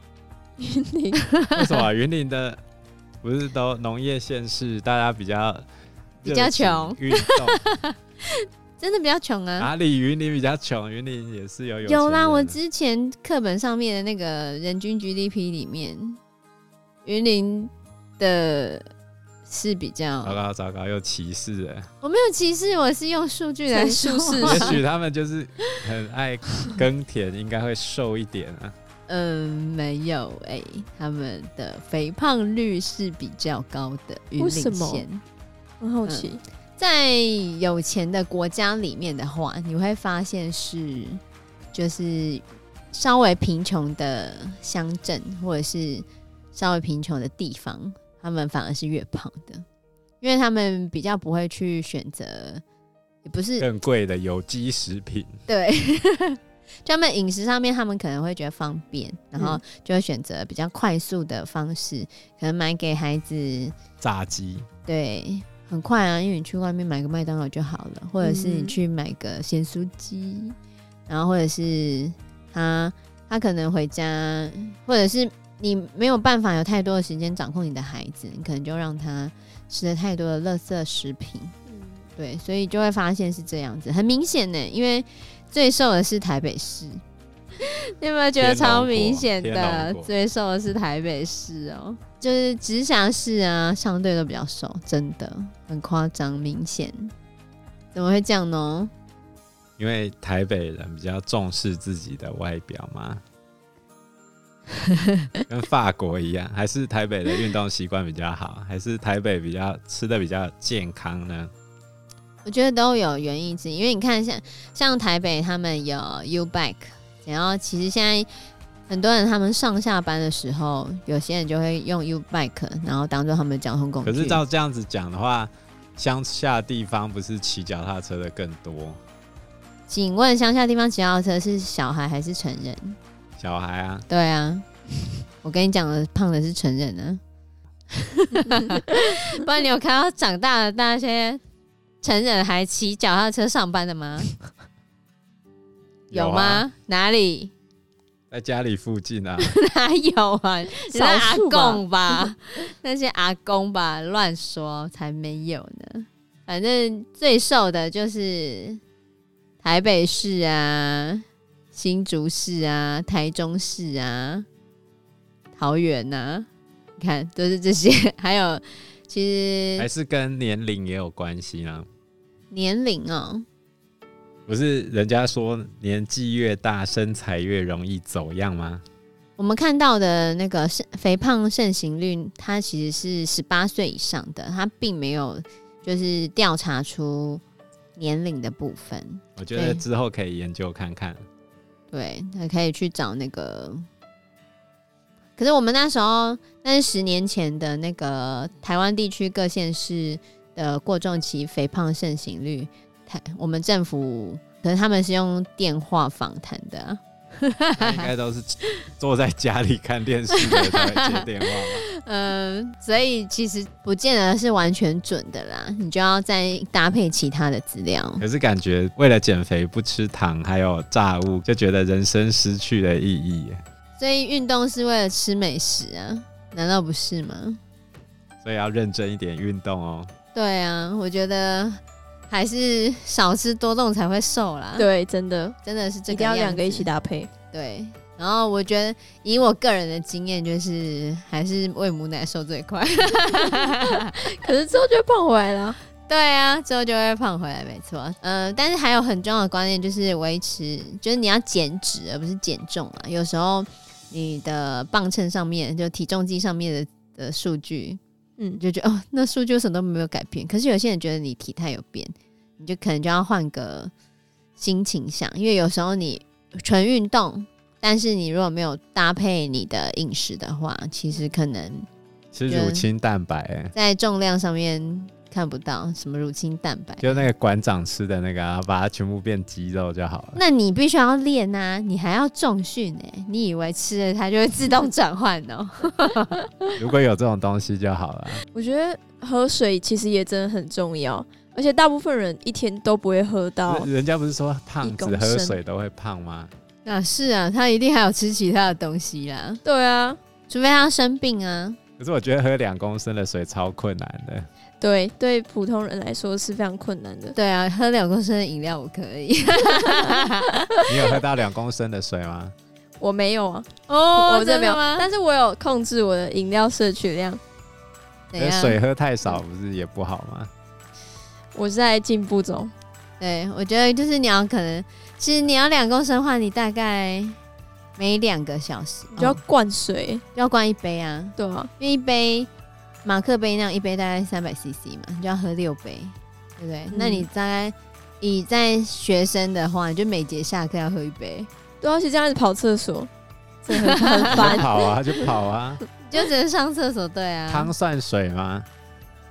S4: 云林。
S2: 为什 么云林的不是都农业县市，大家比较
S3: 比较
S2: 热情
S3: 穷
S2: 运动
S3: 真的比较穷啊。
S2: 哪里云林比较穷？云林也是有有
S3: 有
S2: 钱
S3: 啦，
S2: 人
S3: 我
S2: 的
S3: 之前课本上面的那个人均 GDP 里面，云林的是比较
S2: 糟糕糟糕，又歧视了。
S3: 我没有歧视，我是用数据来
S4: 陈
S3: 说
S4: 述事
S2: 也
S4: 实
S2: 许他们就是很爱耕田，应该会瘦一点啊。
S3: 嗯，没有哎、他们的肥胖率是比较高的，云
S4: 为什
S3: 林
S4: 么
S3: 县。
S4: 很好奇，
S3: 在有钱的国家里面的话，你会发现是就是稍微贫穷的乡镇或者是稍微贫穷的地方，他们反而是越胖的，因为他们比较不会去选择，也不是
S2: 更贵的有机食品，
S3: 对， 就他们饮食上面，他们可能会觉得方便，然后就会选择比较快速的方式，可能买给孩子，
S2: 炸鸡，
S3: 对，很快啊，因为你去外面买个麦当劳就好了，或者是你
S4: 嗯
S3: 去买个咸酥鸡，然后或者是他他可能回家，或者是你没有办法有太多的时间掌控你的孩子，你可能就让他吃了太多的垃圾食品，
S2: 嗯
S3: 对，所以就会发现是这样子，很明显呢，因为最瘦的是台 北市，你有没有觉
S2: 天龙
S3: 得超
S2: 国
S3: 明显
S2: 天
S3: 的
S2: 龙？国
S3: 最瘦的是台北市哦，就是直辖市啊，相对都比较瘦，真的很夸张，明显。怎么会这样呢？
S2: 因为台北人比较重视自己的外表嘛， 跟法国一样，还是台北的运动习惯比较好，还是台北比较吃的比较健康呢？
S3: 我觉得都有原因之一，因为你看像像台北他们有 U Bike，然后其实现在很多人他们上下班的时候，有些人就会用 U Bike，然后当做他们的交通工具。
S2: 可是照这样子讲的话，乡下地方不是骑脚踏车的更多，
S3: 请问乡下地方骑脚踏车是小孩还是成人？
S2: 小孩啊，
S3: 对啊， 我跟你讲的，胖的是成人啊。 不然你有看到长大的那些成人还骑脚踏车上班的吗？有
S2: 啊？
S3: 吗？哪里？
S2: 在家里附近 啊，
S3: 哪有啊？ 你那
S4: 少
S3: 阿
S4: 数吧
S3: 公吧， 那些阿公吧，乱说才没有呢。反正最瘦的就是台北市啊、新竹市啊、台中市啊、桃园啊，你看都、是这些。 还有，其
S2: 还
S3: 实
S2: 是跟年龄也有关系啦、
S3: 年龄哦、
S2: 不是人家说年纪越大，身材越容易走样吗？
S3: 我们看到的那个盛肥胖盛行率，它其实是十八岁以上的，它并没有就是调查出年龄的部分。
S2: 我觉得
S4: 对
S2: 之后可以研究看看。
S3: 对，还可以去找那个。可是我们那时候，那是十年前的那个台湾地区各县市的过重期肥胖盛行率，台我们政府可是他们是用电话访谈的啊、
S2: 那应该 都是坐在家里看电视的才会接电话吧？
S3: 嗯，所以其实不见得是完全准的啦，你就要再搭配其他的资料。
S2: 可是感觉为了减肥不吃糖还有炸物，就觉得人生失去了意义耶，
S3: 所以运动是为了吃美食啊，难道不是吗？
S2: 所以要认真一点运动哦。
S3: 对啊，我觉得还是少吃多动才会瘦啦。，
S4: 嗯对，真的，
S3: 真的是这
S4: 一
S3: 个
S4: 定要
S3: 样
S4: 两个一
S3: 子
S4: 起搭配。
S3: 对。然后我觉得以我个人的经验，就是还是喂母奶瘦最快。
S4: 可是之后就会胖回来了。
S3: 对啊，之后就会胖回来，没错。呃，但是还有很重要的观念就是维持，就是你要减脂而不是减重啊。有时候你的磅秤上面，就体重计上面的的数据，
S4: 嗯
S3: 你，就觉得哦，那数据为什么都没有改变？可是有些人觉得你体态有变，你就可能就要换个心情想，因为有时候你纯运动，但是你如果没有搭配你的饮食的话，其实可能
S2: 吃
S3: 对
S2: 乳清蛋白耶，
S3: 在重量上面看不到什么乳清蛋白。
S2: 就那个馆长吃的那个啊，把它全部变鸡肉就好了。
S3: 那你必须要练啊，你还要重训哎、你以为吃了它就会自动转换哦？
S2: 如果有这种东西就好了。
S4: 我觉得喝水其实也真的很重要，而且大部分人一天都不会喝到
S2: 人。人家不是说胖
S4: 哦一
S2: 子
S4: 公
S2: 喝
S4: 升
S2: 水都会胖吗？
S3: 啊，是啊，他一定还有吃其他的东西啦，
S4: 对啊，
S3: 除非他生病啊。
S2: 可是我觉得喝两公升的水超困难的。
S4: 对，对普通人来说是非常困难的。
S3: 对啊，喝两公升的饮料我可以。
S2: 你有喝到两公升的水 吗？
S4: 我没有啊，
S3: 哦
S4: 我这没有，
S3: 吗？
S4: 但是我有控制我的饮料摄取量，
S3: 怎
S2: 可是
S3: 样？
S2: 水喝太少不是也不好吗？
S4: 我是在进步中。
S3: 对，我觉得就是你要可能，其实你要两公升的话，你大概每两个小时
S4: 你
S3: 就
S4: 就要
S3: 要、
S4: 灌水，
S3: 要灌一杯啊，
S4: 对啊，
S3: 因为一杯马克杯那样一杯大概三百 CC 嘛，你就要喝六杯，对不对？
S4: 嗯
S3: 那你大概以在学生的话，你就每节下课要喝一杯，
S4: 对啊，而且这样一直跑 厕所，真的很很
S2: 就
S4: 烦，
S2: 跑啊，就跑啊，
S3: 就只能上厕所，对啊
S2: 汤。算水吗？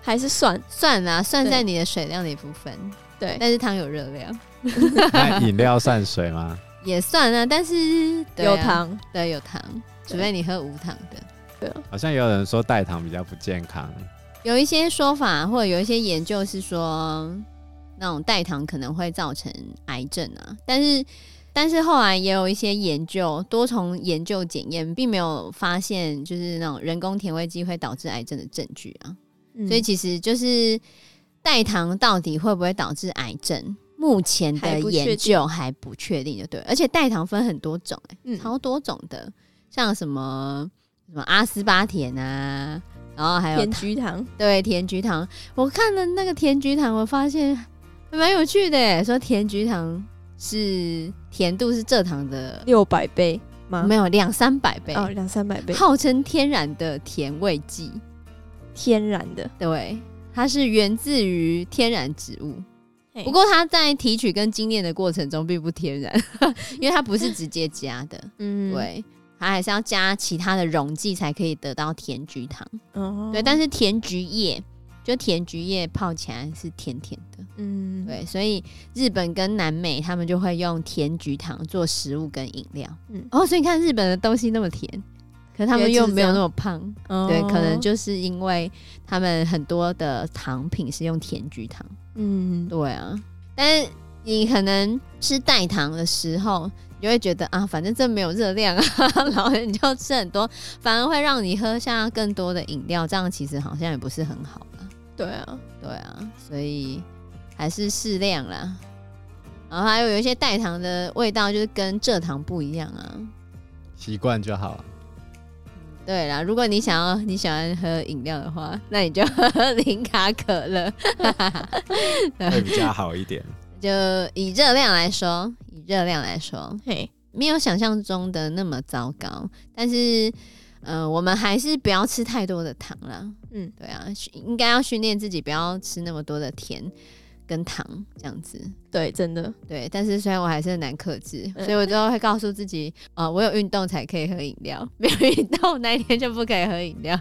S4: 还是算
S3: 算啦，算在
S4: 对
S3: 你的水量的一部分，
S4: 对。
S3: 但是汤有热量
S2: 那饮料算水吗？
S3: 也算啊，但是对啊
S4: 有，糖，
S3: 对，有糖，除非你喝无糖的。
S2: 好像也有人说代糖比较不健康，
S3: 有一些说法或者有一些研究是说，那种代糖可能会造成癌症啊，但是但是后来也有一些研究，多重研究检验并没有发现就是那种人工甜味剂会导致癌症的证据啊，
S4: 嗯
S3: 所以其实就是代糖到底会不会导致癌症？目前的
S4: 还不确定
S3: 研究还不确定，就对了。而且代糖分很多种、欸，
S4: 嗯
S3: 超多种的，像什么什么阿斯巴甜啊，然后还有
S4: 甜菊糖，
S3: 对，甜菊糖，我看了那个甜菊糖，我发现还蛮有趣的耶，说甜菊糖是甜度是蔗糖的，
S4: 六百倍吗？
S3: 没有两三百倍，
S4: 哦，两三百倍，
S3: 号称天然的甜味剂，
S4: 天然的。
S3: 对，它是源自于天然植物。
S4: 嘿
S3: 不过它在提取跟精炼的过程中并不天然， 因为它不是直接加的，
S4: 嗯，
S3: 对，它还是要加其他的溶剂才可以得到甜菊糖。
S4: 哦，
S3: 对，但是甜菊叶就甜菊叶泡起来是甜甜的，
S4: 嗯，
S3: 对，所以日本跟南美他们就会用甜菊糖做食物跟饮料，嗯
S4: 嗯，
S3: 哦，所以你看日本的东西那么甜，可是他们
S4: 原来
S3: 又
S4: 就是
S3: 没有那
S4: 这样
S3: 么胖，
S4: 哦
S3: 对，可能就是因为他们很多的糖品是用甜菊糖，
S4: 嗯，
S3: 对啊，但是你可能吃代糖的时候，你就会觉得啊，反正这没有热量啊， 然后你就吃很多，反而会让你喝下更多的饮料，这样其实好像也不是很好啦。
S4: 对啊，
S3: 对啊，所以还是适量啦。然后还有有一些代糖的味道，就是跟蔗糖不一样啊。
S2: 习惯就好。
S3: 对啦，如果你想要你喜欢喝饮料的话，那你就喝喝零卡可乐。
S2: 会比较好一点。
S3: 就以热量来说，以热量来说，
S4: 嘿，
S3: 没有想象中的那么糟糕，但是，呃，我们还是不要吃太多的糖啦。
S4: 嗯，
S3: 对啊，训应该要训练自己不要吃那么多的甜，跟糖这样子。
S4: 对，真的，
S3: 对，但是虽然我还是很难克制，
S4: 嗯
S3: 所以我都会告诉自己，呃，我有运动才可以喝饮料，没有运动那一天就不可以喝饮料，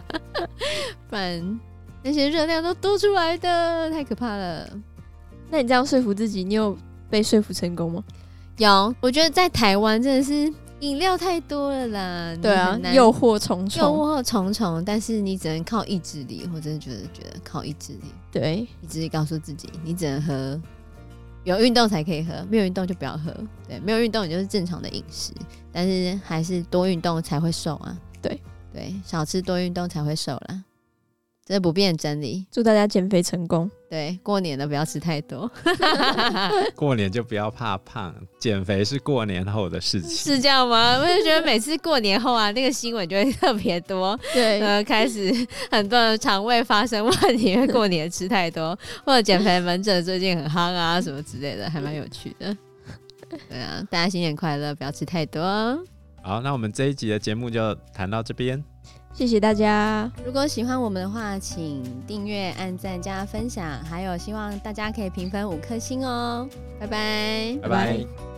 S3: 不然那些热量都多出来的，太可怕了。
S4: 那你这样说服自己，你有被说服成功吗？
S3: 有，我觉得在台湾真的是饮料太多了啦，你
S4: 对啊
S3: 很，难
S4: 诱惑重
S3: 诱
S4: 重，
S3: 惑重重，但是你只能靠意志力，我真的觉得觉得靠意志力，
S4: 对，
S3: 你自己告诉自己，你只能喝有运动才可以喝，没有运动就不要喝。对，没有运动你就是正常的饮食，但是还是多运动才会瘦啊。
S4: 对
S3: 对，少吃多运动才会瘦啦，这是不变的真理。
S4: 祝大家减肥成功。
S3: 对，过年了不要吃太多，
S2: 过年就不要怕胖，减肥是过年后的事情。
S3: 是这样吗？我就觉得每次过年后啊，那个新闻就会特别多，
S4: 对，
S3: 呃，开始很多人肠胃发生问题，因为过年吃太 多，或者减肥门诊最近很夯啊，什么之类的，还蛮有趣的。对啊，大家新年快乐，不要吃太多哦。
S2: 好，那我们这一集的节目就谈到这边，
S4: 谢谢大家，
S3: 如果喜欢我们的话，请订阅、按赞、加分享，还有希望大家可以评分五颗星哦。拜拜。
S2: 拜拜
S4: 拜